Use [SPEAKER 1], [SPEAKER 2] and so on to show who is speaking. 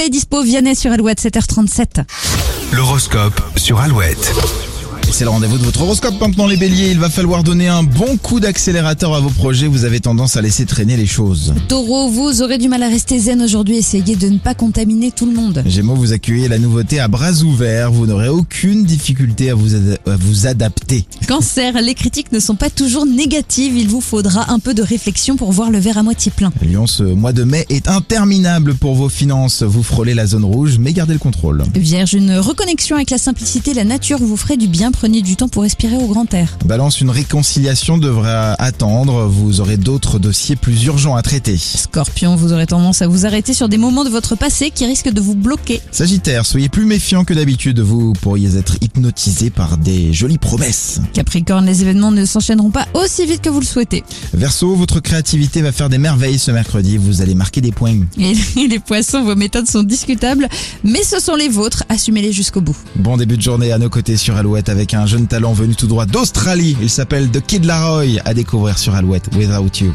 [SPEAKER 1] Et dispo Vianney sur Alouette 7h37.
[SPEAKER 2] L'horoscope sur Alouette.
[SPEAKER 3] C'est le rendez-vous de votre horoscope maintenant les béliers. Il va falloir donner un bon coup d'accélérateur à vos projets. Vous avez tendance à laisser traîner les choses.
[SPEAKER 1] Taureau, vous aurez du mal à rester zen aujourd'hui. Essayez de ne pas contaminer tout le monde.
[SPEAKER 3] Gémeaux, vous accueillez la nouveauté à bras ouverts. Vous n'aurez aucune difficulté à vous, ad- à vous adapter.
[SPEAKER 1] Cancer, les critiques ne sont pas toujours négatives. Il vous faudra un peu de réflexion pour voir le verre à moitié plein.
[SPEAKER 3] Lyon, ce mois de mai est interminable pour vos finances. Vous frôlez la zone rouge, mais gardez le contrôle.
[SPEAKER 1] Vierge, une reconnexion avec la simplicité, la nature vous ferait du bien. Prenez du temps pour respirer au grand air.
[SPEAKER 3] Balance, une réconciliation devra attendre. Vous aurez d'autres dossiers plus urgents à traiter.
[SPEAKER 1] Scorpion, vous aurez tendance à vous arrêter sur des moments de votre passé qui risquent de vous bloquer.
[SPEAKER 3] Sagittaire, soyez plus méfiant que d'habitude. Vous pourriez être hypnotisé par des jolies promesses.
[SPEAKER 1] Capricorne, les événements ne s'enchaîneront pas aussi vite que vous le souhaitez.
[SPEAKER 3] Verso, votre créativité va faire des merveilles ce mercredi, vous allez marquer des points.
[SPEAKER 1] Et les poissons, vos méthodes sont discutables, mais ce sont les vôtres. Assumez-les jusqu'au bout.
[SPEAKER 3] Bon début de journée à nos côtés sur Alouette avec un jeune talent venu tout droit d'Australie. Il s'appelle The Kid Laroi à découvrir sur Alouette Without You.